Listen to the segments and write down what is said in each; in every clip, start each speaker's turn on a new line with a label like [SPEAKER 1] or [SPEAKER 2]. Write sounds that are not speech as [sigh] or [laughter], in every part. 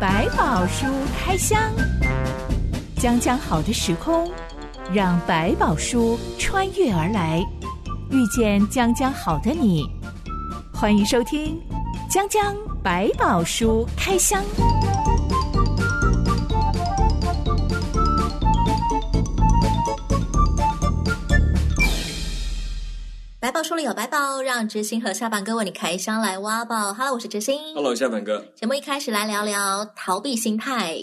[SPEAKER 1] 百宝书开箱，将将好的时空，让百宝书穿越而来，遇见将将好的你。欢迎收听《将将百宝书开箱》。
[SPEAKER 2] 百宝书里有百宝，让知心和下半哥为你开箱来挖宝。Hello，我是知心。
[SPEAKER 3] Hello，夏凡哥，
[SPEAKER 2] 节目一开始来聊聊逃避心态。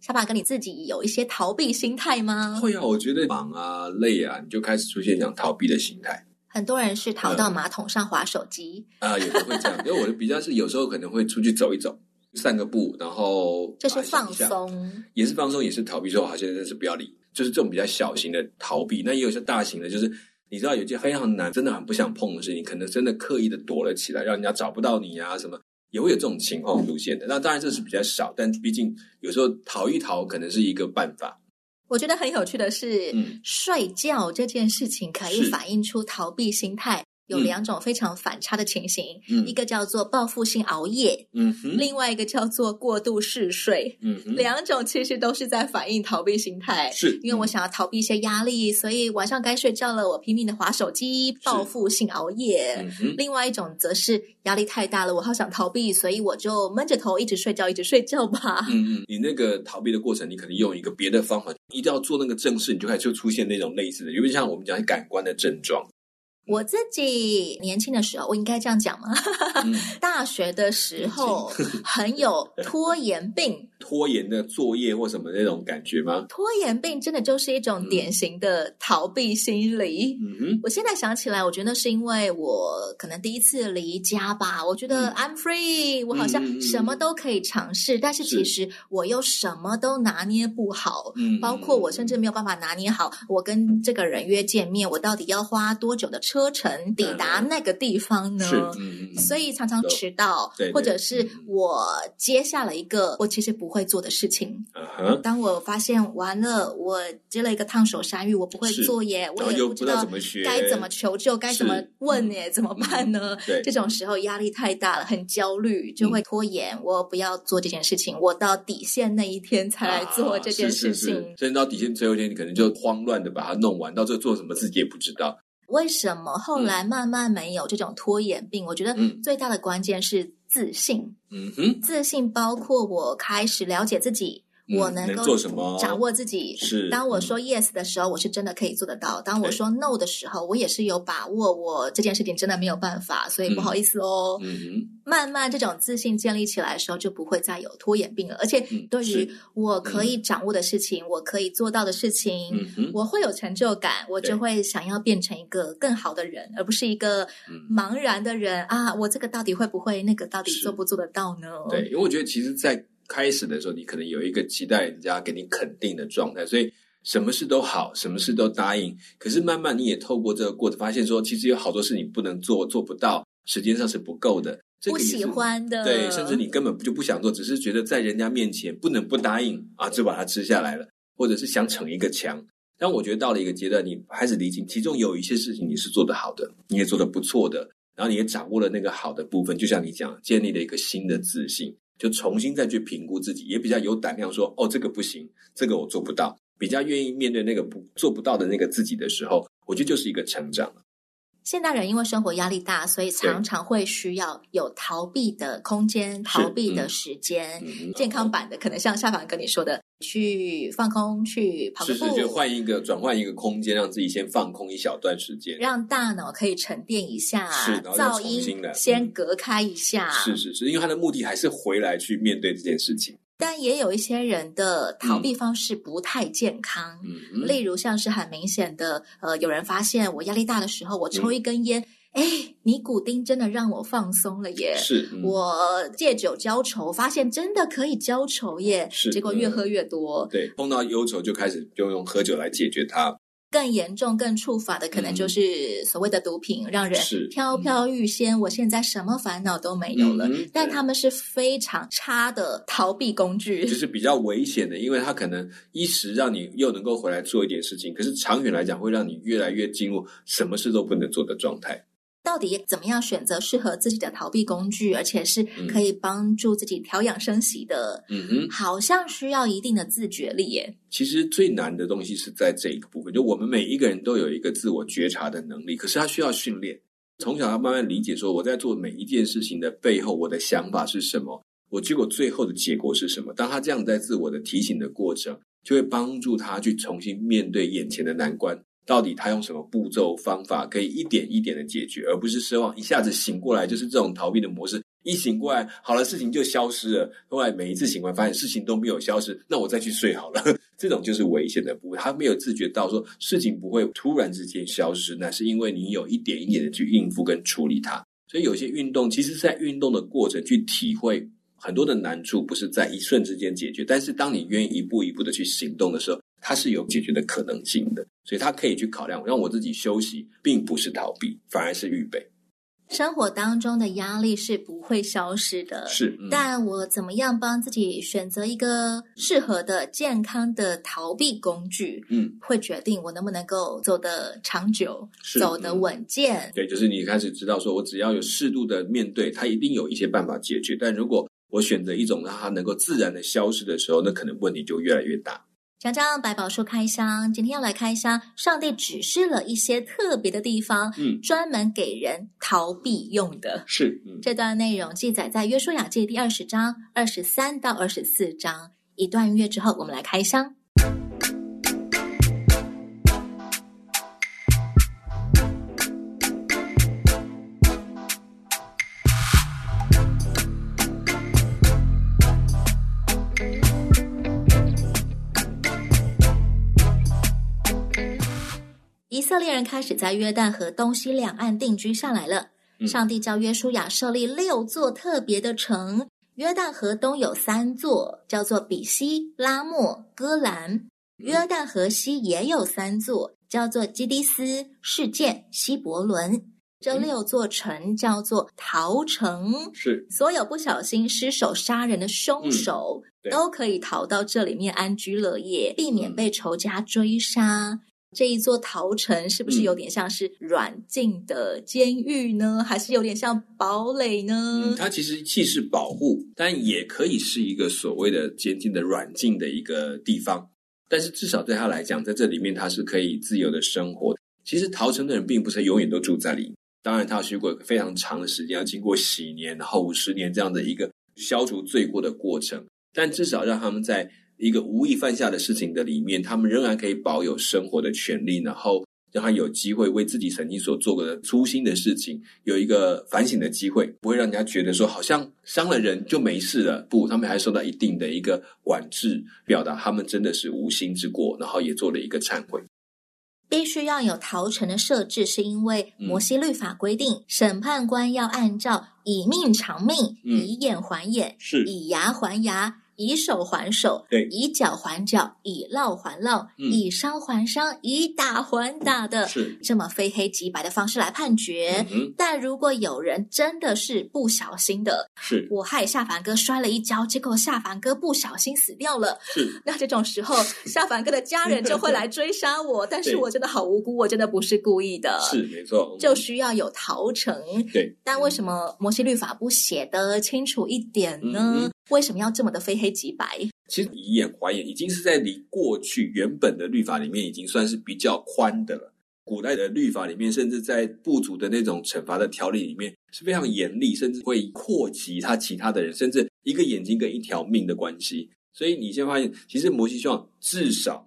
[SPEAKER 2] 下半哥，你自己有一些逃避心态吗？
[SPEAKER 3] 会啊，我觉得忙啊、累啊，你就开始出现想逃避的心 [laughs] 态
[SPEAKER 2] 很多人是逃到马桶上划手机，
[SPEAKER 3] 啊、也不会这样。因为我的比较是有时候可能会出去走一走，散个步，然后
[SPEAKER 2] 这是放
[SPEAKER 3] 把啊心一下，
[SPEAKER 2] 松。
[SPEAKER 3] 也是放松，也是逃避。说好，现在是不要理，就是这种比较小型的逃避。那也有些大型的，就是你知道有些非常难，真的很不想碰的事情，可能真的刻意的躲了起来，让人家找不到你啊什么。也会有这种情况出现的，那当然这是比较少，但毕竟有时候逃一逃可能是一个办法。
[SPEAKER 2] 我觉得很有趣的是，
[SPEAKER 3] 嗯
[SPEAKER 2] 睡觉这件事情可以
[SPEAKER 3] 是
[SPEAKER 2] 反映出逃避心态。有
[SPEAKER 3] 嗯
[SPEAKER 2] 两种非常反差的情形，
[SPEAKER 3] 嗯
[SPEAKER 2] 一个叫做报复性熬夜，
[SPEAKER 3] 嗯哼，
[SPEAKER 2] 另外一个叫做过度嗜睡。
[SPEAKER 3] 嗯哼，
[SPEAKER 2] 两种其实都是在反映逃避心态。
[SPEAKER 3] 是
[SPEAKER 2] 因为我想要逃避一些压力，所以晚上该睡觉了，我拼命的划手机，报复性熬夜。
[SPEAKER 3] 嗯哼，
[SPEAKER 2] 另外一种则是压力太大了，我好想逃避，所以我就闷着头一直睡觉，一直睡觉吧。
[SPEAKER 3] 嗯嗯，你那个逃避的过程，你可能用一个别的方法，一定要做那个正事，你就开始就出现那种类似的，有点像我们讲感官的症状。
[SPEAKER 2] [laughs] 我自己年轻的时候，我应该这样讲吗？
[SPEAKER 3] [laughs] 嗯，
[SPEAKER 2] 大学的时候很有拖延病，
[SPEAKER 3] 拖延的作业或什么那种感觉吗？
[SPEAKER 2] 拖延病真的就是一种典型的逃避心理。
[SPEAKER 3] 嗯哼，
[SPEAKER 2] 我现在想起来，我觉得是因为我可能第一次离家吧，我觉得
[SPEAKER 3] 嗯
[SPEAKER 2] I'm free，、我好
[SPEAKER 3] 嗯嗯
[SPEAKER 2] 像
[SPEAKER 3] 嗯
[SPEAKER 2] 什么都可以尝试，但是其实我又什么都拿捏不好。
[SPEAKER 3] 嗯，
[SPEAKER 2] 包括我甚至没有办法拿捏好，我跟这个人约见面，我到底要花多久的车程抵达那个地方呢？
[SPEAKER 3] 嗯是，嗯嗯，
[SPEAKER 2] 所以常常迟到
[SPEAKER 3] 对，对嗯
[SPEAKER 2] 或者是我接下了一个我其实不会做的事情。
[SPEAKER 3] 嗯哼，
[SPEAKER 2] 当我发现完了，我接了一个烫手山芋，我不会
[SPEAKER 3] 是
[SPEAKER 2] 做耶，
[SPEAKER 3] 然
[SPEAKER 2] 我
[SPEAKER 3] 后
[SPEAKER 2] 也
[SPEAKER 3] 又
[SPEAKER 2] 不知
[SPEAKER 3] 知道
[SPEAKER 2] 道
[SPEAKER 3] 怎么学，嗯
[SPEAKER 2] 该怎么求救，该怎么问耶，怎么办呢？ [laughs]
[SPEAKER 3] 对
[SPEAKER 2] 这种时候压力太大了，很焦虑，
[SPEAKER 3] 嗯
[SPEAKER 2] 就会拖延。我不要做这件事情，我到底线那一天才来做这件事情。
[SPEAKER 3] 啊是是是甚至到底线最后一天，你可能就慌乱的把它弄完，到最后做什么自己也不知道。
[SPEAKER 2] 为什么后来慢慢没有这种拖延病？我觉得
[SPEAKER 3] 嗯
[SPEAKER 2] 最大的关键是自信，
[SPEAKER 3] 嗯哼，
[SPEAKER 2] 自信包括我开始了解自己，
[SPEAKER 3] 嗯
[SPEAKER 2] 我能
[SPEAKER 3] 能
[SPEAKER 2] 够
[SPEAKER 3] 做什么
[SPEAKER 2] 掌握自己。
[SPEAKER 3] 是嗯
[SPEAKER 2] 当我说 yes 的时候，我是真的可以做得到；当我
[SPEAKER 3] 对
[SPEAKER 2] 说 no 的时候，我也是有把握，我这件事情真的没有办法，所以不好意思哦。
[SPEAKER 3] 嗯哼，
[SPEAKER 2] 慢慢这种自信建立起来的时候，就不会再有拖延病了。而且
[SPEAKER 3] 嗯
[SPEAKER 2] 对于
[SPEAKER 3] 是
[SPEAKER 2] 我可以掌握的事情，我可以做到的事情，
[SPEAKER 3] 嗯哼，
[SPEAKER 2] 我会有成就感，我就
[SPEAKER 3] 对
[SPEAKER 2] 会想要变成一个更好的人，而不是一个
[SPEAKER 3] 嗯
[SPEAKER 2] 茫然的人、啊！我这个到底会不会，那个到底
[SPEAKER 3] 是
[SPEAKER 2] 做不做得到呢？
[SPEAKER 3] 对，，因为我觉得其实，在开始的时候，你可能有一个期待人家给你肯定的状态，所以什么事都好，什么事都答应。可是慢慢你也透过这个过程，发现说，其实有好多事你不能做，做不到，时间上是不够的。这
[SPEAKER 2] 不
[SPEAKER 3] 个也是
[SPEAKER 2] 喜欢的，
[SPEAKER 3] 对，甚至你根本就不想做，只是觉得在人家面前不能不答应啊，就把它吃下来了，或者是想逞一个强。但我觉得到了一个阶段，你开始理清，其中有一些事情你是做得好的，你也做得不错的，然后你也掌握了那个好的部分，就像你讲，建立了一个新的自信，就重新再去评估自己，也比较有胆量说，哦，这个不行，这个我做不到，比较愿意面对那个不做不到的那个自己的时候，我觉得就是一个成长了。
[SPEAKER 2] 现代人因为生活压力大，所以常常会需要有逃避的空间、逃避的时间。
[SPEAKER 3] 嗯
[SPEAKER 2] 健康版的可能像夏凡跟你说的，去放空，去跑个
[SPEAKER 3] 是
[SPEAKER 2] 步，
[SPEAKER 3] 是，就换一个转换一个空间，让自己先放空一小段时间。
[SPEAKER 2] 让大脑可以沉淀一下
[SPEAKER 3] 是然，后再
[SPEAKER 2] 噪
[SPEAKER 3] 重
[SPEAKER 2] 音
[SPEAKER 3] 新来
[SPEAKER 2] 先
[SPEAKER 3] 嗯
[SPEAKER 2] 隔开一下。
[SPEAKER 3] 是是是，因为他的目的还是回来去面对这件事情。
[SPEAKER 2] 但也有一些人的逃避方式不太健康，
[SPEAKER 3] 嗯，
[SPEAKER 2] 例如像是很明显的，呃，有人发现我压力大的时候，我
[SPEAKER 3] 嗯
[SPEAKER 2] 抽一根烟，哎、尼古丁真的让我放松了耶。
[SPEAKER 3] 是、嗯
[SPEAKER 2] 我借酒浇愁，发现真的可以浇愁耶，
[SPEAKER 3] 是嗯
[SPEAKER 2] 结果越喝越多。
[SPEAKER 3] 对碰到忧愁就开始就用喝酒来解决它。
[SPEAKER 2] 更严重、更触法的，可能
[SPEAKER 3] 嗯
[SPEAKER 2] 就是所谓的毒品，让人
[SPEAKER 3] 是
[SPEAKER 2] 飘飘欲仙。我现在什么烦恼都没有了，
[SPEAKER 3] 嗯嗯
[SPEAKER 2] 但
[SPEAKER 3] 对
[SPEAKER 2] 他们是非常差的逃避工具。
[SPEAKER 3] 就是比较危险的，因为它可能一时让你又能够回来做一点事情，可是长远来讲会让你越来越进入什么事都不能做的状态。
[SPEAKER 2] 到底怎么样选择适合自己的逃避工具，而且是可以帮助自己调养生息的，
[SPEAKER 3] 嗯哼，
[SPEAKER 2] 好像需要一定的自觉力耶。
[SPEAKER 3] 其实最难的东西是在这一个部分，就我们每一个人都有一个自我觉察的能力，可是他需要训练。从小要慢慢理解，说我在做每一件事情的背后，我的想法是什么，我结果最后的结果是什么。当他这样在自我的提醒的过程，就会帮助他去重新面对眼前的难关，到底他用什么步骤方法可以一点一点的解决，而不是奢望一下子醒过来就是这种逃避的模式。一醒过来，好了，事情就消失了。后来每一次醒过来，发现事情都没有消失，那我再去睡好了。这种就是危险的部分，他没有自觉到说事情不会突然之间消失，那是因为你有一点一点的去应付跟处理它。所以有些运动，其实在运动的过程去体会很多的难处，不是在一瞬之间解决，但是当你愿意一步一步的去行动的时候，它是有解决的可能性的。所以它可以去考量，让我自己休息，并不是逃避，反而是预备。
[SPEAKER 2] 生活当中的压力是不会消失的，
[SPEAKER 3] 是，嗯、
[SPEAKER 2] 但我怎么样帮自己选择一个适合的、健康的逃避工具，
[SPEAKER 3] 嗯，
[SPEAKER 2] 会决定我能不能够走得长久，
[SPEAKER 3] 是
[SPEAKER 2] 走得
[SPEAKER 3] 嗯
[SPEAKER 2] 稳健。
[SPEAKER 3] 对，就是你开始知道说，我只要有适度的面对，它一定有一些办法解决。但如果我选择一种让它能够自然的消失的时候，那可能问题就越来越大。
[SPEAKER 2] 讲讲百宝书开箱，今天要来开箱。上帝指示了一些特别的地方，
[SPEAKER 3] 嗯，
[SPEAKER 2] 专门给人逃避用的。
[SPEAKER 3] 是，嗯，
[SPEAKER 2] 这段内容记载在《约书亚记》第二十章二十三到二十四章。一段音乐之后，我们来开箱。以色列人开始在约旦河东西两岸定居下来了。
[SPEAKER 3] 嗯
[SPEAKER 2] 上帝叫约书亚设立六座特别的城，约旦河东有三座，叫做比西、拉莫、戈兰；约旦河西也有三座，叫做基迪斯、世界、希伯伦。这
[SPEAKER 3] 嗯
[SPEAKER 2] 六座城叫做逃城，
[SPEAKER 3] 是，
[SPEAKER 2] 所有不小心失手杀人的凶手、
[SPEAKER 3] 嗯对
[SPEAKER 2] 都可以逃到这里面安居乐业，避免
[SPEAKER 3] 嗯
[SPEAKER 2] 被仇家追杀。这一座逃城是不是
[SPEAKER 3] 嗯
[SPEAKER 2] 有点像是软禁的监狱呢？还是有点像堡垒呢？
[SPEAKER 3] 嗯，它其实既是保护，但也可以是一个所谓的监禁的软禁的一个地方。但是至少对他来讲，在这里面他是可以自由的生活。其实逃城的人并不是永远都住在里，当然他需要非常长的时间，要经过洗年，然后五十年这样的一个消除罪过的过程。但至少让他们在一个无意犯下的事情的里面，他们仍然可以保有生活的权利，然后让他有机会为自己曾经所做过的粗心的事情有一个反省的机会，不会让人家觉得说好像伤了人就没事了。不，他们还受到一定的一个管制，表达他们真的是无心之过，然后也做了一个忏悔。
[SPEAKER 2] 必须要有逃城的设置，是因为
[SPEAKER 3] 嗯
[SPEAKER 2] 摩西律法规定，审判官要按照以命偿命、
[SPEAKER 3] 嗯
[SPEAKER 2] 以眼还眼、
[SPEAKER 3] 是
[SPEAKER 2] 以牙还牙、以手还手、
[SPEAKER 3] 对
[SPEAKER 2] 以脚还脚、以烙还烙、
[SPEAKER 3] 嗯
[SPEAKER 2] 以伤还伤、以打还打的
[SPEAKER 3] 是，
[SPEAKER 2] 这么非黑即白的方式来判决。
[SPEAKER 3] 嗯哼，
[SPEAKER 2] 但如果有人真的是不小心的，
[SPEAKER 3] 是
[SPEAKER 2] 我害夏凡哥摔了一跤，结果夏凡哥不小心死掉了，
[SPEAKER 3] 是，
[SPEAKER 2] 那这种时
[SPEAKER 3] [laughs]
[SPEAKER 2] 候，夏凡哥的家人就会来追杀我，但是我真的好无辜，我真的不是故意的，
[SPEAKER 3] 是没错，嗯
[SPEAKER 2] 就需要有逃城。
[SPEAKER 3] 对。嗯
[SPEAKER 2] 但为什么摩西律法不写的清楚一点呢？
[SPEAKER 3] 嗯嗯
[SPEAKER 2] 为什么要这么的非黑即白？
[SPEAKER 3] 其实以眼还眼已经是在离过去原本的律法里面已经算是比较宽的了。古代的律法里面，甚至在部族的那种惩罚的条例里面是非常严厉，甚至会扩及他其他的人，甚至一个眼睛跟一条命的关系。所以你先发现，其实摩西希望至少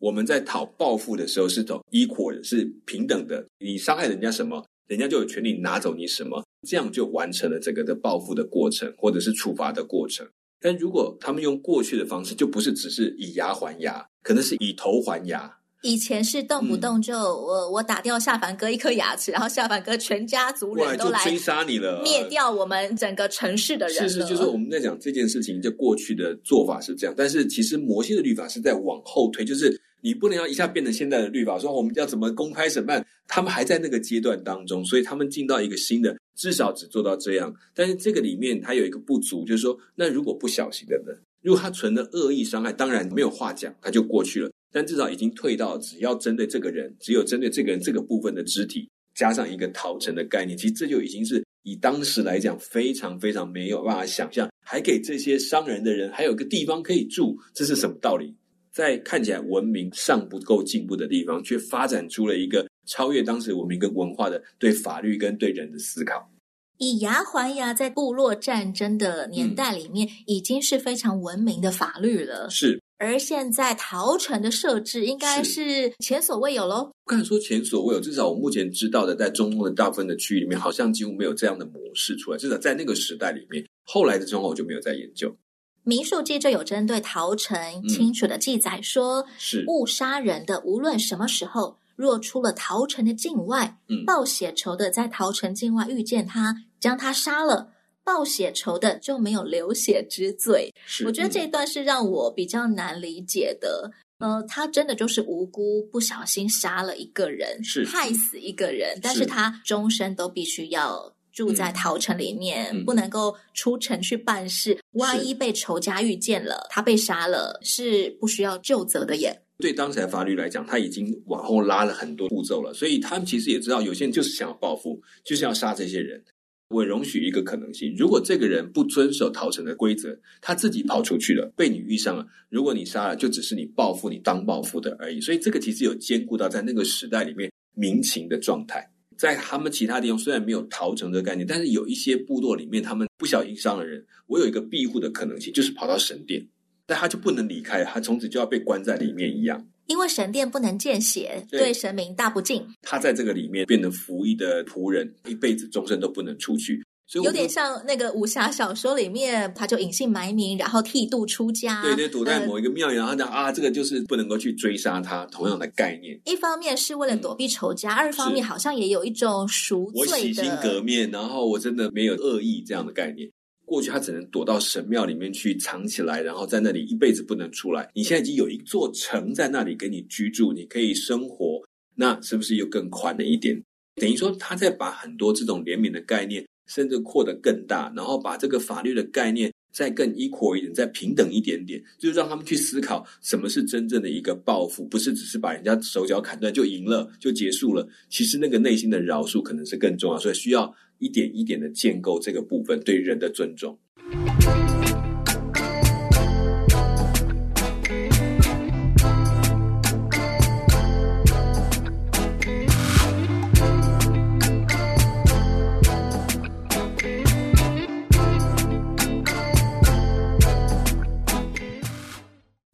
[SPEAKER 3] 我们在讨报复的时候是走 equal 的，是平等的。你伤害人家什么，人家就有权利拿走你什么，这样就完成了整个的报复的过程，或者是处罚的过程。但如果他们用过去的方式，就不是只是以牙还牙，可能是以头还牙。
[SPEAKER 2] 以前是动
[SPEAKER 3] 嗯
[SPEAKER 2] 不动就我、我打掉夏凡哥一颗牙齿，然后夏凡哥全家族
[SPEAKER 3] 过来
[SPEAKER 2] 人
[SPEAKER 3] 就
[SPEAKER 2] 都来
[SPEAKER 3] 追杀你了，
[SPEAKER 2] 灭掉我们整个城市的人
[SPEAKER 3] 是
[SPEAKER 2] 了。
[SPEAKER 3] 是，就是我们在讲这件事情，就过去的做法是这样，但是其实摩西的律法是在往后推，就是你不能要一下变成现在的律法，说我们要怎么公开审判，他们还在那个阶段当中，所以他们进到一个新的，至少只做到这样。但是这个里面它有一个不足，就是说，那如果不小心的人，如果他存了恶意伤害，当然没有话讲，他就过去了。但至少已经退到只要针对这个人，只有针对这个人这个部分的肢体，加上一个逃城的概念，其实这就已经是以当时来讲非常非常没有办法想象，还给这些商人的人还有个地方可以住，这是什么道理？在看起来文明尚不够进步的地方，却发展出了一个超越当时文明跟文化的对法律跟对人的思考。
[SPEAKER 2] 以牙还牙，在部落战争的年
[SPEAKER 3] 嗯
[SPEAKER 2] 代里面，已经是非常文明的法律了。
[SPEAKER 3] 是，
[SPEAKER 2] 而现在陶城的设置，应该是前所未有喽。
[SPEAKER 3] 不敢说前所未有，至少我目前知道的，在中东的大部分的区域里面，好像几乎没有这样的模式出来。至少在那个时代里面，后来的中国我就没有再研究。
[SPEAKER 2] 民数记就有针对陶城清楚的记载说，
[SPEAKER 3] 是，
[SPEAKER 2] 误杀人的无论什么时候，若出了陶城的境外，
[SPEAKER 3] 嗯
[SPEAKER 2] 报血仇的在陶城境外遇见他，将他杀了，报血仇的就没有流血之罪。
[SPEAKER 3] 是。
[SPEAKER 2] 我觉得这一
[SPEAKER 3] 嗯
[SPEAKER 2] 段是让我比较难理解的。呃，他真的就是无辜，不小心杀了一个人，
[SPEAKER 3] 是
[SPEAKER 2] 害死一个人，但
[SPEAKER 3] 是
[SPEAKER 2] 是他终身都必须要住在
[SPEAKER 3] 嗯
[SPEAKER 2] 陶城里面，
[SPEAKER 3] 嗯
[SPEAKER 2] 不能够出城去办事。万一被仇家遇见了，他被杀了，是不需要就责的耶。
[SPEAKER 3] 对当时的法律来讲，他已经往后拉了很多步骤了，所以他们其实也知道，有些人就是想要报复，就是要杀这些人。我容许一个可能性：如果这个人不遵守逃城的规则，他自己跑出去了，被你遇上了，如果你杀了，就只是你报复你当报复的而已。所以这个其实有兼顾到在那个时代里面民情的状态。在他们其他地方虽然没有逃城的概念，但是有一些部落里面，他们不小心伤了人，我有一个庇护的可能性，就是跑到神殿，但他就不能离开，他从此就要被关在里面一样。
[SPEAKER 2] 因为神殿不能见血，
[SPEAKER 3] 对
[SPEAKER 2] 对神明大不敬，
[SPEAKER 3] 他在这个里面变成服役的仆人，一辈子终身都不能出去。所以
[SPEAKER 2] 有
[SPEAKER 3] 我就
[SPEAKER 2] 点像那个武侠小说里面，他就隐姓埋名，然后剃度出家，
[SPEAKER 3] 对对，躲在
[SPEAKER 2] 呃
[SPEAKER 3] 某一个庙宇，然后讲啊，这个就是不能够去追杀他，同样的概念。
[SPEAKER 2] 一方面是为了躲避仇家，二方面好像也有一种赎
[SPEAKER 3] 嗯我
[SPEAKER 2] 罪
[SPEAKER 3] 洗心革
[SPEAKER 2] 的。
[SPEAKER 3] 面，然后我真的没有恶意这样的概念。过去他只能躲到神庙里面去藏起来，然后在那里一辈子不能出来。你现在已经有一座城在那里给你居住，你可以生活，那是不是又更宽了一点？等于说，他在把很多这种怜悯的概念，甚至扩得更大，然后把这个法律的概念再更 equal 一点，再平等一点点，就是让他们去思考什么是真正的一个报复，不是只是把人家手脚砍断就赢了就结束了。其实那个内心的饶恕可能是更重要，所以需要一点一点的建构这个部分对人的尊重。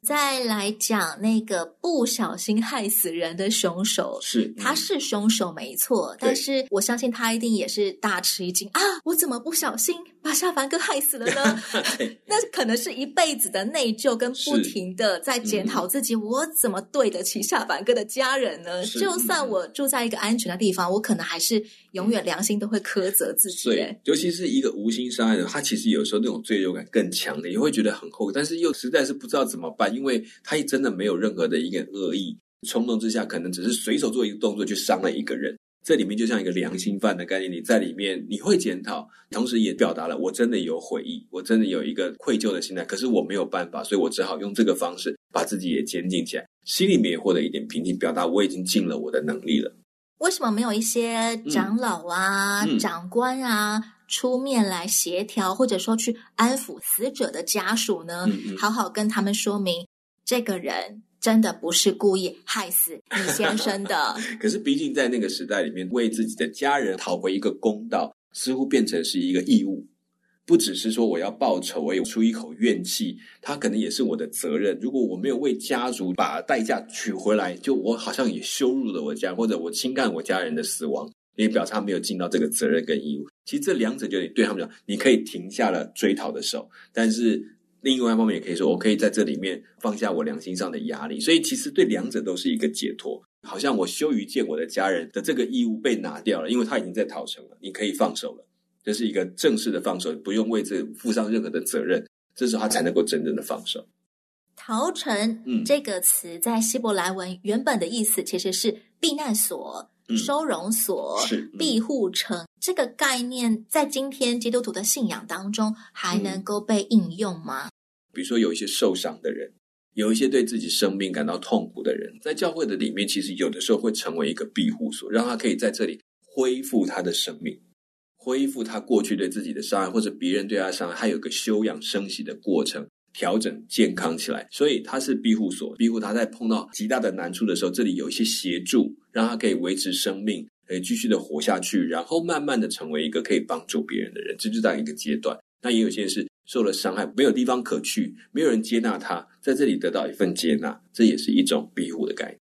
[SPEAKER 2] 再来讲那个不小心害死人的凶手，
[SPEAKER 3] 是，
[SPEAKER 2] 他是凶手没错，但是我相信他一定也是大吃一惊啊！我怎么不小心把夏凡哥害死了呢？ [laughs]
[SPEAKER 3] 对
[SPEAKER 2] 那可能是一辈子的内疚，跟不
[SPEAKER 3] 是嗯
[SPEAKER 2] 停的在检讨自己，我怎么对得起夏凡哥的家人呢？
[SPEAKER 3] 是嗯
[SPEAKER 2] 就算我住在一个安全的地方，我可能还是永远良心都会苛责自己。
[SPEAKER 3] 所以，尤其是一个无心伤害的，他其实有时候那种罪疚感更强烈，也会觉得很后悔，但是又实在是不知道怎么办，因为他也真的没有任何的一个恶意，冲动之下可能只是随手做一个动作去伤了一个人。这里面就像一个良心犯的概念，你在里面你会检讨，同时也表达了我真的有悔意，我真的有一个愧疚的心态，可是我没有办法，所以我只好用这个方式把自己也监禁起来，心里面也获得一点平静，表达我已经尽了我的能力了。
[SPEAKER 2] 为什么没有一些长老啊、
[SPEAKER 3] 嗯嗯嗯
[SPEAKER 2] 长官啊出面来协调，或者说去安抚死者的家属呢？
[SPEAKER 3] 嗯嗯
[SPEAKER 2] 好好跟他们说明，这个人真的不是故意害死你先生
[SPEAKER 3] [laughs]
[SPEAKER 2] 的。
[SPEAKER 3] 可是，毕竟在那个时代里面，为自己的家人讨回一个公道，似乎变成是一个义务，不只是说我要报仇，我有出一口怨气，它可能也是我的责任。如果我没有为家族把代价取回来，就我好像也羞辱了我家，或者我侵犯我家人的死亡，也表示他没有尽到这个责任跟义务。其实这两者就得对他们讲，你可以停下了追讨的手，但是。另外一方面也可以说，我可以在这里面放下我良心上的压力，所以其实对两者都是一个解脱。好像我羞于见我的家人的这个义务被拿掉了，因为他已经在逃城了，你可以放手了，这是一个正式的放手，不用为这负上任何的责任，这时候他才能够真正的放手。
[SPEAKER 2] 逃城、
[SPEAKER 3] 嗯
[SPEAKER 2] 这个词在希伯来文原本的意思其实是避难所、
[SPEAKER 3] 嗯
[SPEAKER 2] 收容所、
[SPEAKER 3] 是嗯
[SPEAKER 2] 庇护城。这个概念在今天基督徒的信仰当中还
[SPEAKER 3] 嗯
[SPEAKER 2] 能够被应用吗？
[SPEAKER 3] 比如说有一些受伤的人，有一些对自己生命感到痛苦的人，在教会的里面，其实有的时候会成为一个庇护所，让他可以在这里恢复他的生命，恢复他过去对自己的伤害或者别人对他的伤害，他有个休养生息的过程，调整健康起来。所以它是庇护所，庇护他在碰到极大的难处的时候，这里有一些协助，让他可以维持生命，可以继续的活下去，然后慢慢的成为一个可以帮助别人的人，这就在一个阶段。那也有些人是受了伤害，没有地方可去，没有人接纳他，在这里得到一份接纳，这也是一种庇护的概念。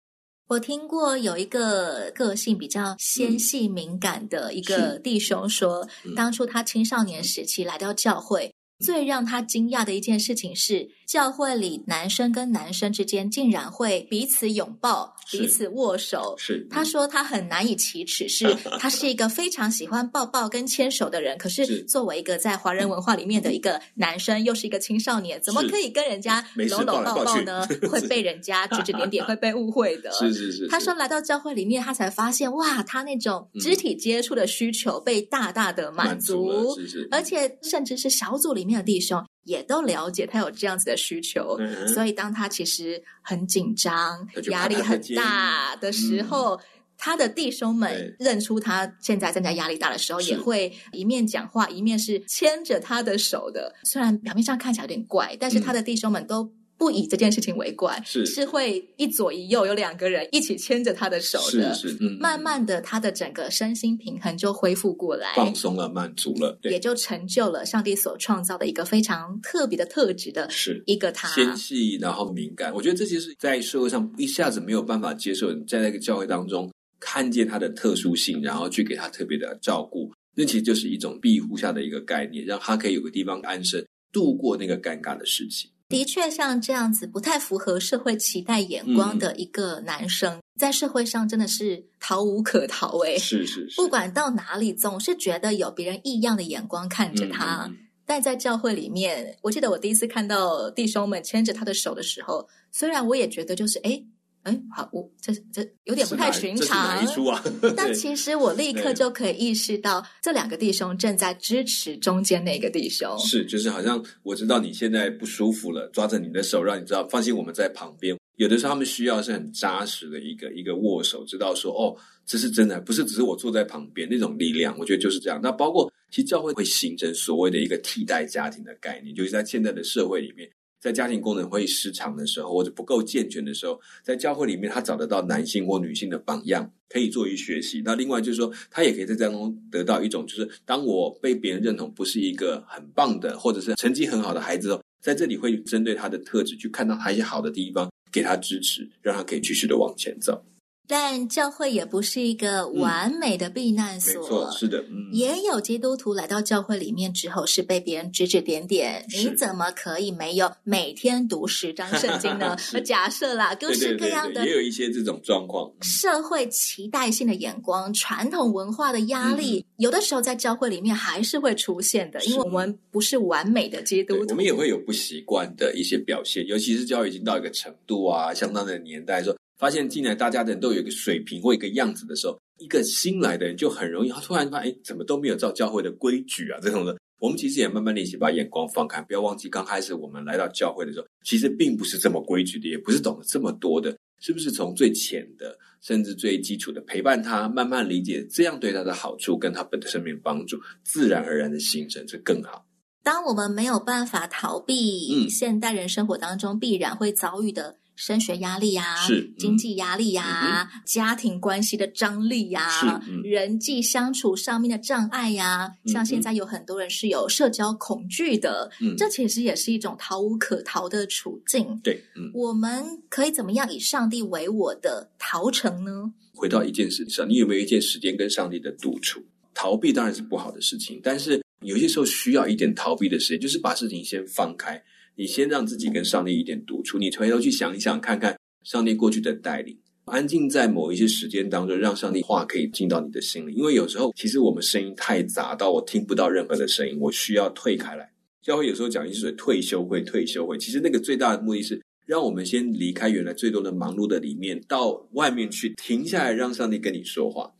[SPEAKER 2] 我听过有一个个性比较纤细敏感的一个弟兄说，
[SPEAKER 3] 嗯是嗯嗯
[SPEAKER 2] 当初他青少年时期来到教会，最让他惊讶的一件事情是，教会里男生跟男生之间竟然会彼此拥抱、
[SPEAKER 3] 是
[SPEAKER 2] 彼此握手。
[SPEAKER 3] 是，
[SPEAKER 2] 他说他很难以启齿，
[SPEAKER 3] [laughs]
[SPEAKER 2] 是他是一个非常喜欢抱抱跟牵手的人，可是
[SPEAKER 3] 是
[SPEAKER 2] 作为一个在华人文化里面的一个男生，又是一个青少年，怎么
[SPEAKER 3] 是
[SPEAKER 2] 可以跟人家
[SPEAKER 3] 没事
[SPEAKER 2] 搂搂
[SPEAKER 3] 抱来
[SPEAKER 2] 抱
[SPEAKER 3] 抱
[SPEAKER 2] 抱
[SPEAKER 3] 去 [laughs]
[SPEAKER 2] 呢？会被人家指指点点，会被误会的。
[SPEAKER 3] 是是是，
[SPEAKER 2] 他
[SPEAKER 3] 是
[SPEAKER 2] 说来到教会里面，他才发现哇，他那种肢体接触的需求被大大的满
[SPEAKER 3] 满
[SPEAKER 2] 足，
[SPEAKER 3] 了是是，
[SPEAKER 2] 而且甚至是小组里面的弟兄也都了解他有这样子的需求。
[SPEAKER 3] 嗯哼
[SPEAKER 2] 所以，当他其实很紧张
[SPEAKER 3] 他、就
[SPEAKER 2] 压力
[SPEAKER 3] 怕他
[SPEAKER 2] 很
[SPEAKER 3] 接
[SPEAKER 2] 大的时
[SPEAKER 3] 嗯
[SPEAKER 2] 候，他的弟兄们认出他现在正在压力大的时候，
[SPEAKER 3] 是
[SPEAKER 2] 也会一面讲话一面是牵着他的手的。虽然表面上看起来有点怪，但是
[SPEAKER 3] 嗯
[SPEAKER 2] 他的弟兄们都不以这件事情为怪，
[SPEAKER 3] 是
[SPEAKER 2] 是会一左一右有两个人一起牵着他的手的。
[SPEAKER 3] 是是，嗯，
[SPEAKER 2] 慢慢的，他的整个身心平衡就恢复过来，
[SPEAKER 3] 放松了，满足了，
[SPEAKER 2] 也
[SPEAKER 3] 对，
[SPEAKER 2] 就成就了上帝所创造的一个非常特别的特质的
[SPEAKER 3] 是。
[SPEAKER 2] 一个他。
[SPEAKER 3] 纤细，然后敏感，我觉得这些是在社会上一下子没有办法接受。你在那个教会当中看见他的特殊性，然后去给他特别的照顾，那其实就是一种庇护下的一个概念，让他可以有个地方安身，度过那个尴尬的时期。
[SPEAKER 2] 的确，像这样子不太符合社会期待眼
[SPEAKER 3] 嗯
[SPEAKER 2] 光的一个男生，在社会上真的是逃无可逃 [laughs] 诶、
[SPEAKER 3] 是是是，
[SPEAKER 2] 不管到哪里，总是觉得有别人异样的眼光看着
[SPEAKER 3] 嗯
[SPEAKER 2] 他。
[SPEAKER 3] 嗯嗯
[SPEAKER 2] 但在教会里面，我记得我第一次看到弟兄们牵着他的手的时候，虽然我也觉得就是哎哎，好，我这这有点不太
[SPEAKER 3] 是哪
[SPEAKER 2] 寻
[SPEAKER 3] 这是哪
[SPEAKER 2] 常
[SPEAKER 3] 一。
[SPEAKER 2] [laughs]
[SPEAKER 3] 出啊？
[SPEAKER 2] 但
[SPEAKER 3] 对
[SPEAKER 2] 其实我立刻
[SPEAKER 3] 对
[SPEAKER 2] 就可以意识到，这两个弟兄正在支持中间那个弟兄。
[SPEAKER 3] 是，就是好像我知道你现在不舒服了，抓着你的手，让你知道，放心，我们在旁边。有的时候他们需要是很扎实的一个一个握手，知道说哦，这是真的，不是只是我坐在旁边那种力量。我觉得就是这样。那包括其实教会会形成所谓的一个替代家庭的概念，就是在现在的社会里面，在家庭功能会失常的时候，或者不够健全的时候，在教会里面他找得到男性或女性的榜样，可以作为学习。那另外就是说，他也可以在当中得到一种，就是当我被别人认同不是一个很棒的，或者是成绩很好的孩子哦，在这里会针对他的特质去看到他一些好的地方，给他支持，让他可以继续的往前走。
[SPEAKER 2] 但教会也不是一个完美的避难
[SPEAKER 3] 嗯没
[SPEAKER 2] 所。
[SPEAKER 3] 错，是的，嗯，
[SPEAKER 2] 也有基督徒来到教会里面之后是被别人指指点点，
[SPEAKER 3] 是？
[SPEAKER 2] 你怎么可以没有每天读十章圣经呢
[SPEAKER 3] [laughs]
[SPEAKER 2] 呃
[SPEAKER 3] 是
[SPEAKER 2] 假设啦，各
[SPEAKER 3] 对
[SPEAKER 2] 式
[SPEAKER 3] 对
[SPEAKER 2] 各
[SPEAKER 3] 对
[SPEAKER 2] 样
[SPEAKER 3] 对，
[SPEAKER 2] 的
[SPEAKER 3] 也有一些这种状况。
[SPEAKER 2] 社会期待性的眼光、传统文化的压力，有的时候在教会里面还是会出现的，
[SPEAKER 3] 嗯是
[SPEAKER 2] 因为我们不是完美的基
[SPEAKER 3] 对
[SPEAKER 2] 督，
[SPEAKER 3] 我
[SPEAKER 2] 徒
[SPEAKER 3] 们。也会有不习惯的一些表现，尤其是教育已经到一个程度啊，相当的年代的时候，发现进来大家的人都有一个水平或一个样子的时候，一个新来的人就很容易，他突然发现，哎，怎么都没有照教会的规矩啊，这种的。我们其实也慢慢练习把眼光放开，不要忘记刚开始我们来到教会的时候，其实并不是这么规矩的，也不是懂得这么多的，是不是从最浅的，甚至最基础的陪伴他，慢慢理解，这样对他的好处跟他本身命帮助，自然而然的形成，这更好。
[SPEAKER 2] 当我们没有办法逃避
[SPEAKER 3] 嗯
[SPEAKER 2] 现代人生活当中必然会遭遇的升学压力呀、
[SPEAKER 3] 是嗯
[SPEAKER 2] 经济压力呀、家庭关系的张力呀、
[SPEAKER 3] 是嗯
[SPEAKER 2] 人际相处上面的障碍呀、
[SPEAKER 3] 嗯
[SPEAKER 2] 像现在有很多人是有社交恐惧的，
[SPEAKER 3] 嗯
[SPEAKER 2] 这其实也是一种逃无可逃的处境。
[SPEAKER 3] 对，嗯。
[SPEAKER 2] 我们可以怎么样以上帝为我的逃城呢？
[SPEAKER 3] 回到一件事上，你有没有一件时间跟上帝的独处？逃避当然是不好的事情，但是有些时候需要一点逃避的时间，就是把事情先放开，你先让自己跟上帝一点独处，你回头去想一想，看看上帝过去的带领。安静在某一些时间当中，让上帝话可以进到你的心里。因为有时候，其实我们声音太杂到我听不到任何的声音，我需要退开来。教会有时候讲一些所谓退休会、退休会，其实那个最大的目的是让我们先离开原来最多的忙碌的里面，到外面去停下来，让上帝跟你说话，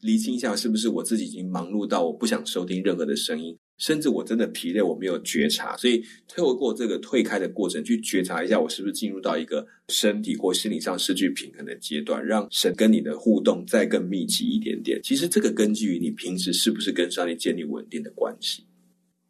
[SPEAKER 3] 厘清一下是不是我自己已经忙碌到我不想收听任何的声音，甚至我真的疲累，我没有觉察，所以透过这个退开的过程，去觉察一下我是不是进入到一个身体或心理上失去平衡的阶段，让神跟你的互动再更密集一点点。其实这个根据于你平时是不是跟上帝建立稳定的关系。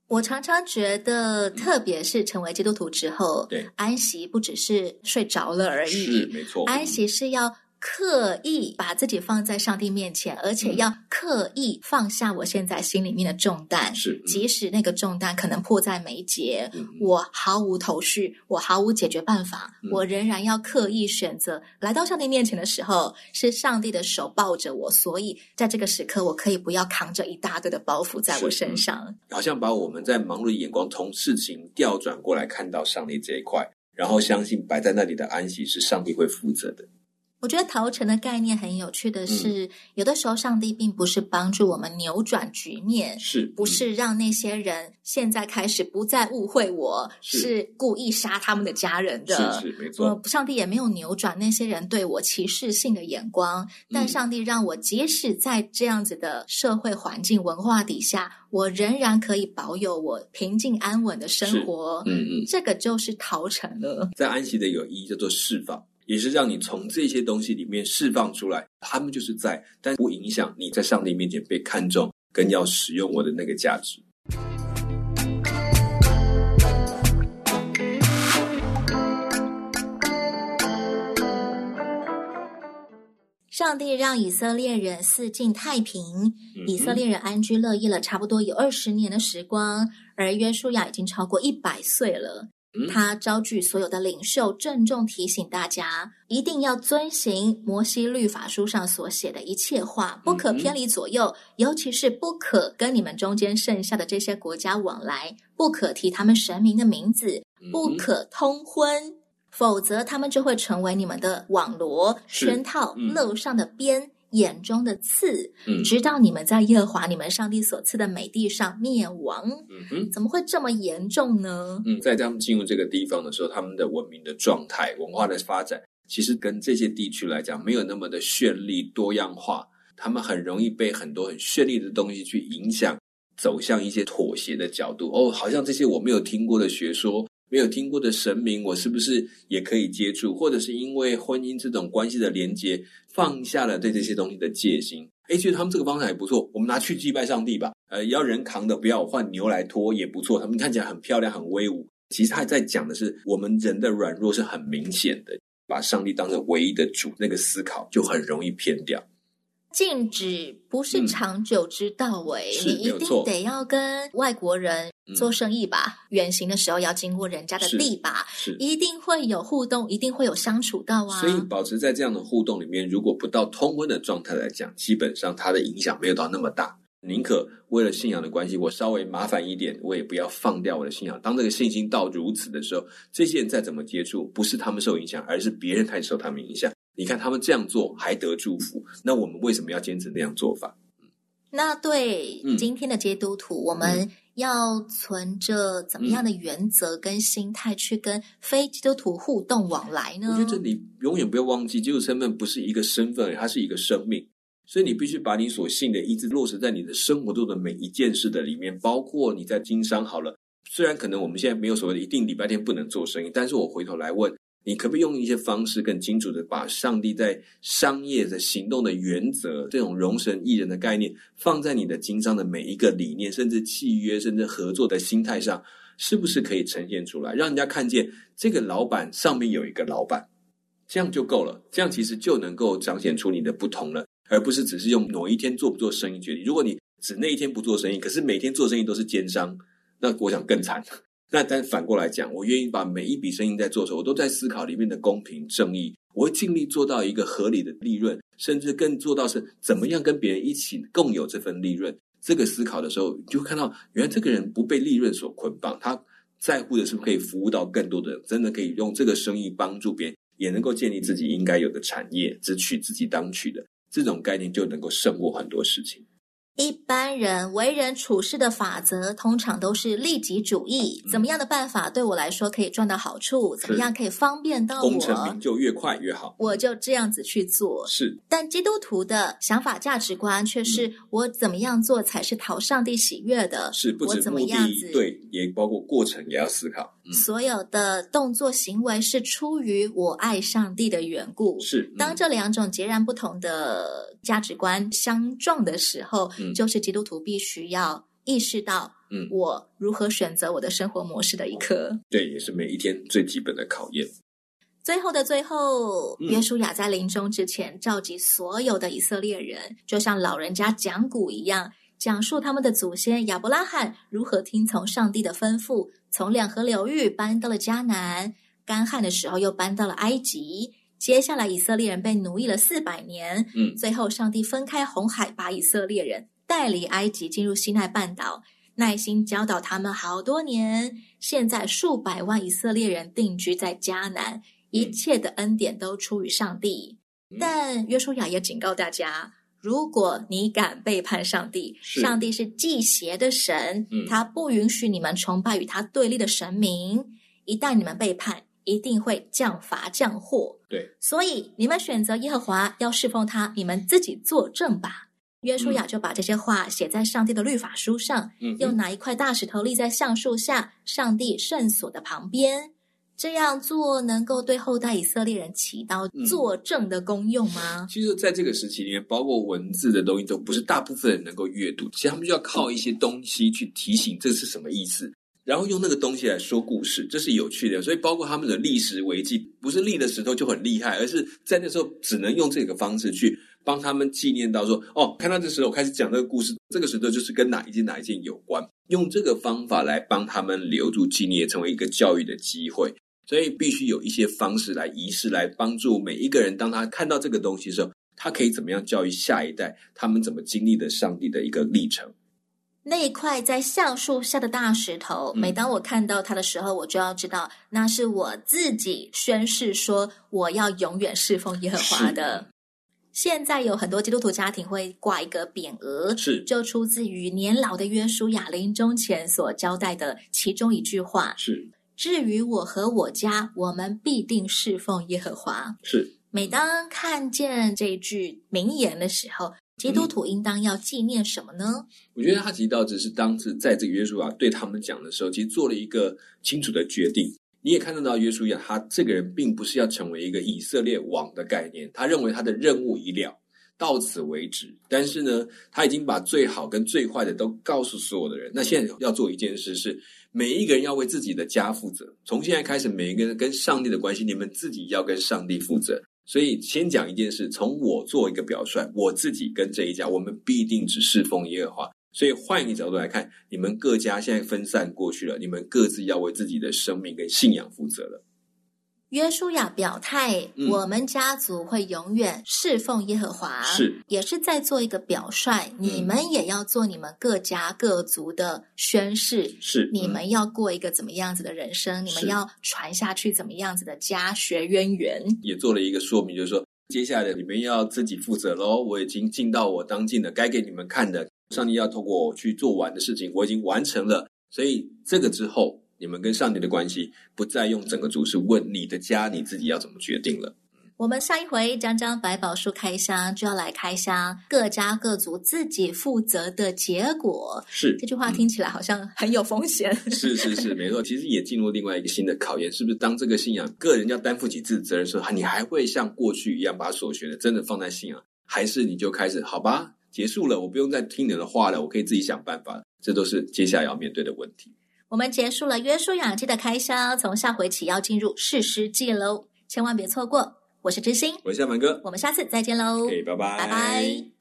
[SPEAKER 2] 我常常觉得，特别是成为基督徒之后，
[SPEAKER 3] 嗯对，
[SPEAKER 2] 安息不只是睡着了而
[SPEAKER 3] 是
[SPEAKER 2] 已，
[SPEAKER 3] 没错，
[SPEAKER 2] 安息是要刻意把自己放在上帝面前，而
[SPEAKER 3] 嗯
[SPEAKER 2] 且要刻意放下我现在心里面的重担，
[SPEAKER 3] 是嗯
[SPEAKER 2] 即使那个重担可能迫在眉睫，
[SPEAKER 3] 嗯
[SPEAKER 2] 我毫无头绪，我毫无解决办法，
[SPEAKER 3] 嗯
[SPEAKER 2] 我仍然要刻意选择来到上帝面前的时候，是上帝的手抱着我，所以在这个时刻，我可以不要扛着一大堆的包袱在我
[SPEAKER 3] 是
[SPEAKER 2] 身
[SPEAKER 3] 嗯
[SPEAKER 2] 上。
[SPEAKER 3] 好像把我们在忙碌的眼光从事情调转过来，看到上帝这一块，然后相信摆在那里的安息是上帝会负责的。
[SPEAKER 2] 我觉得逃城的概念很有趣
[SPEAKER 3] 嗯
[SPEAKER 2] 的是，有的时候上帝并不是帮助我们扭转局面，
[SPEAKER 3] 是
[SPEAKER 2] 不是让那些人现在开始不再误会我
[SPEAKER 3] 是
[SPEAKER 2] 是故意杀他们的家人
[SPEAKER 3] 是
[SPEAKER 2] 的。
[SPEAKER 3] 是没错
[SPEAKER 2] 我，上帝也没有扭转那些人对我歧视性的眼光，
[SPEAKER 3] 嗯
[SPEAKER 2] 但上帝让我即使在这样子的社会环境文化底下，我仍然可以保有我平静安稳的生活。
[SPEAKER 3] 嗯嗯。
[SPEAKER 2] 这个就是逃城了。
[SPEAKER 3] 在安息的有一叫做释放，也是让你从这些东西里面释放出来。他们就是在，但不影响你在上帝面前被看重，跟要使用我的那个价值。
[SPEAKER 2] 上帝让以色列人四境太平，
[SPEAKER 3] 嗯
[SPEAKER 2] 以色列人安居乐业了差不多有二十年的时光，而约书亚已经超过一百岁了
[SPEAKER 3] 嗯。
[SPEAKER 2] 他招聚所有的领袖，郑重提醒大家，一定要遵行摩西律法书上所写的一切话，不可
[SPEAKER 3] 嗯嗯
[SPEAKER 2] 偏离左右，尤其是不可跟你们中间剩下的这些国家往来，不可提他们神明的名字，不
[SPEAKER 3] 嗯
[SPEAKER 2] 可通婚，否则他们就会成为你们的网罗、
[SPEAKER 3] 是
[SPEAKER 2] 圈套、
[SPEAKER 3] 嗯
[SPEAKER 2] 漏上的鞭、眼中的刺，
[SPEAKER 3] 嗯
[SPEAKER 2] 直到你们在耶和华你们上帝所赐的美地上灭亡。
[SPEAKER 3] 嗯哼。
[SPEAKER 2] 怎么会这么严重呢？
[SPEAKER 3] 嗯，在他们进入这个地方的时候，他们的文明的状态、文化的发展，其实跟这些地区来讲，没有那么的绚丽多样化。他们很容易被很多很绚丽的东西去影响，走向一些妥协的角度。哦，好像这些我没有听过的学说，没有听过的神明，我是不是也可以接触？或者是因为婚姻这种关系的连接，放下了对这些东西的戒心。诶，觉得他们这个方法也不错，我们拿去祭拜上帝吧。呃，要人扛的，不要我换牛来拖也不错。他们看起来很漂亮，很威武。其实他在讲的是，我们人的软弱是很明显的，把上帝当成唯一的主，那个思考就很容易偏掉。
[SPEAKER 2] 禁止不是
[SPEAKER 3] 嗯
[SPEAKER 2] 长久之道诶、
[SPEAKER 3] 是
[SPEAKER 2] 你
[SPEAKER 3] 没
[SPEAKER 2] 一
[SPEAKER 3] 有
[SPEAKER 2] 定
[SPEAKER 3] 错
[SPEAKER 2] 得要跟外国人
[SPEAKER 3] 嗯
[SPEAKER 2] 做生意吧，远行的时候要经过人家的
[SPEAKER 3] 是
[SPEAKER 2] 地吧，
[SPEAKER 3] 是，
[SPEAKER 2] 一定会有互动，一定会有相处到啊。
[SPEAKER 3] 所以嗯保持在这样的互动里面，如果不到通婚的状态来讲，基本上它的影响没有到那么大。宁可为了信仰的关系，我稍微麻烦一点，我也不要放掉我的信仰。当这个信心到如此的时候，这些人再怎么接触，不是他们受影响，而是别人开始受他们影响。你看他们这样做还得祝福，那我们为什么要坚持那样做法？
[SPEAKER 2] 那对
[SPEAKER 3] 嗯
[SPEAKER 2] 今天的基督徒，我们要存着怎
[SPEAKER 3] 嗯
[SPEAKER 2] 么样的原则跟心态去跟非基督徒互动往来呢？
[SPEAKER 3] 我觉得你永远不要忘记，基督身份不是一个身份，它是一个生命。所以你必须把你所信的一直落实在你的生活中的每一件事的里面，包括你在经商好了。虽然可能我们现在没有所谓的一定礼拜天不能做生意，但是我回头来问你，可不可以用一些方式更清楚的把上帝在商业的行动的原则这种容神益人的概念，放在你的经商的每一个理念，甚至契约，甚至合作的心态上，是不是可以呈现出来，让人家看见这个老板上面有一个老板，这样就够了。这样其实就能够彰显出你的不同了，而不是只是用某一天做不做生意决定。如果你只那一天不做生意，可是每天做生意都是奸商，那我想更惨。那但反过来讲，我愿意把每一笔生意在做的时候，我都在思考里面的公平正义，我会尽力做到一个合理的利润，甚至更做到是怎么样跟别人一起共有这份利润。这个思考的时候，你就会看到原来这个人不被利润所捆绑，他在乎的是可以服务到更多的人，真的可以用这个生意帮助别人，也能够建立自己应该有的产业，只取自己当取的这种概念，就能够胜过很多事情。
[SPEAKER 2] 一般人为人处事的法则通常都是利己主义，怎
[SPEAKER 3] 嗯
[SPEAKER 2] 么样的办法对我来说可以赚到好处，怎么样可以方便到
[SPEAKER 3] 功成
[SPEAKER 2] 我
[SPEAKER 3] 名，就越快越好。
[SPEAKER 2] 我就这样子去做。
[SPEAKER 3] 是，
[SPEAKER 2] 但基督徒的想法价值观却是我怎么样做才是讨上帝喜悦的，
[SPEAKER 3] 嗯是不
[SPEAKER 2] 我
[SPEAKER 3] 止
[SPEAKER 2] 怎么
[SPEAKER 3] 目
[SPEAKER 2] 样
[SPEAKER 3] 的
[SPEAKER 2] 子，
[SPEAKER 3] 对，也包括过程也要思考。嗯，
[SPEAKER 2] 所有的动作行为是出于我爱上帝的缘故。
[SPEAKER 3] 是。嗯
[SPEAKER 2] 当这两种截然不同的价值观相撞的时候，
[SPEAKER 3] 嗯
[SPEAKER 2] 就是基督徒必须要意识到
[SPEAKER 3] 嗯，
[SPEAKER 2] 我如何选择我的生活模式的一刻。
[SPEAKER 3] 对，也是每一天最基本的考验。
[SPEAKER 2] 最后的最后，
[SPEAKER 3] 嗯
[SPEAKER 2] 约书亚在临终之前召集所有的以色列人，就像老人家讲古一样，讲述他们的祖先亚伯拉罕如何听从上帝的吩咐，从两河流域搬到了迦南，干旱的时候又搬到了埃及。接下来，以色列人被奴役了四百年，
[SPEAKER 3] 嗯
[SPEAKER 2] 最后上帝分开红海，把以色列人带离埃及，进入西奈半岛，耐心教导他们好多年。现在数百万以色列人定居在迦南，一切的恩典都出于上帝。
[SPEAKER 3] 嗯
[SPEAKER 2] 但约书亚也警告大家：如果你敢背叛上帝，
[SPEAKER 3] 是
[SPEAKER 2] 上帝是祭邪的神，
[SPEAKER 3] 嗯
[SPEAKER 2] 他不允许你们崇拜与他对立的神明。一旦你们背叛，一定会降罚降祸。
[SPEAKER 3] 对，
[SPEAKER 2] 所以你们选择耶和华要侍奉他，你们自己作证吧。约书亚就把这些话写在上帝的律法书上，
[SPEAKER 3] 嗯
[SPEAKER 2] 又
[SPEAKER 3] 哼，
[SPEAKER 2] 拿一块大石头立在橡树下，上帝圣所的旁边。这样做能够对后代以色列人起到
[SPEAKER 3] 嗯
[SPEAKER 2] 作证的功用吗？
[SPEAKER 3] 其实在这个时期里面，包括文字的东西都不是大部分人能够阅读，其实他们就要靠一些东西去提醒这是什么意思。然后用那个东西来说故事，这是有趣的。所以包括他们的历史维记，不是立的石头就很厉害，而是在那时候只能用这个方式去帮他们纪念到说，哦，看到这石头开始讲这个故事，这个石头就是跟哪一件哪一件有关，用这个方法来帮他们留住纪念，成为一个教育的机会。所以必须有一些方式来仪式来帮助每一个人，当他看到这个东西的时候，他可以怎么样教育下一代，他们怎么经历的上帝的一个历程。
[SPEAKER 2] 那一块在橡树下的大石头，
[SPEAKER 3] 嗯
[SPEAKER 2] 每当我看到它的时候，我就要知道那是我自己宣誓说我要永远侍奉耶和华的。现在有很多基督徒家庭会挂一个匾额，
[SPEAKER 3] 是
[SPEAKER 2] 就出自于年老的约书亚临终前所交代的其中一句话：“
[SPEAKER 3] 是
[SPEAKER 2] 至于我和我家，我们必定侍奉耶和华。
[SPEAKER 3] 是，”
[SPEAKER 2] 每当看见这句名言的时候，基督徒应当要纪念什么呢？
[SPEAKER 3] 我觉得他提到只是当时在这个约书亚对他们讲的时候，其实做了一个清楚的决定。你也看得到约书亚他这个人并不是要成为一个以色列王的概念，他认为他的任务已了，到此为止。但是呢，他已经把最好跟最坏的都告诉所有的人。那现在要做一件事是，每一个人要为自己的家负责。从现在开始，每一个人跟上帝的关系，你们自己要跟上帝负责。所以先讲一件事，从我做一个表率，我自己跟这一家，我们必定只侍奉耶和华。所以换一个角度来看，你们各家现在分散过去了，你们各自要为自己的生命跟信仰负责了。
[SPEAKER 2] 约书亚表态，
[SPEAKER 3] 嗯
[SPEAKER 2] 我们家族会永远侍奉耶和华，
[SPEAKER 3] 是嗯
[SPEAKER 2] 也是在做一个表率。你们也要做你们各家各族的宣誓，
[SPEAKER 3] 是，
[SPEAKER 2] 你
[SPEAKER 3] 嗯
[SPEAKER 2] 们要过一个怎么样子的人生，你们
[SPEAKER 3] 是
[SPEAKER 2] 要传下去怎么样子的家学渊源。
[SPEAKER 3] 也做了一个说明，就是说接下来你们要自己负责喽。我已经尽到我当尽的，该给你们看的，上帝要透过我去做完的事情，我已经完成了。所以这个之后，你们跟上帝的关系不再用整个主是问你的家你自己要怎么决定了。
[SPEAKER 2] 我们上一回讲讲百宝书开箱，就要来开箱各家各族自己负责的结果。
[SPEAKER 3] 是
[SPEAKER 2] 这句话听起来好像很有风险。
[SPEAKER 3] 是是是，没错。其实也进入另外一个新的考验，是不是当这个信仰个人要担负起自己责任的时候，啊你还会像过去一样把所学的真的放在信仰，还是你就开始好吧，结束了，我不用再听你的话了，我可以自己想办法了。这都是接下来要面对的问题。
[SPEAKER 2] 我们结束了约书亚记的开箱，从下回起要进入士师记喽，千万别错过。我是知心，
[SPEAKER 3] 我是夏凡哥
[SPEAKER 2] 我们下次再见喽，
[SPEAKER 3] ，OK，拜拜，
[SPEAKER 2] 拜拜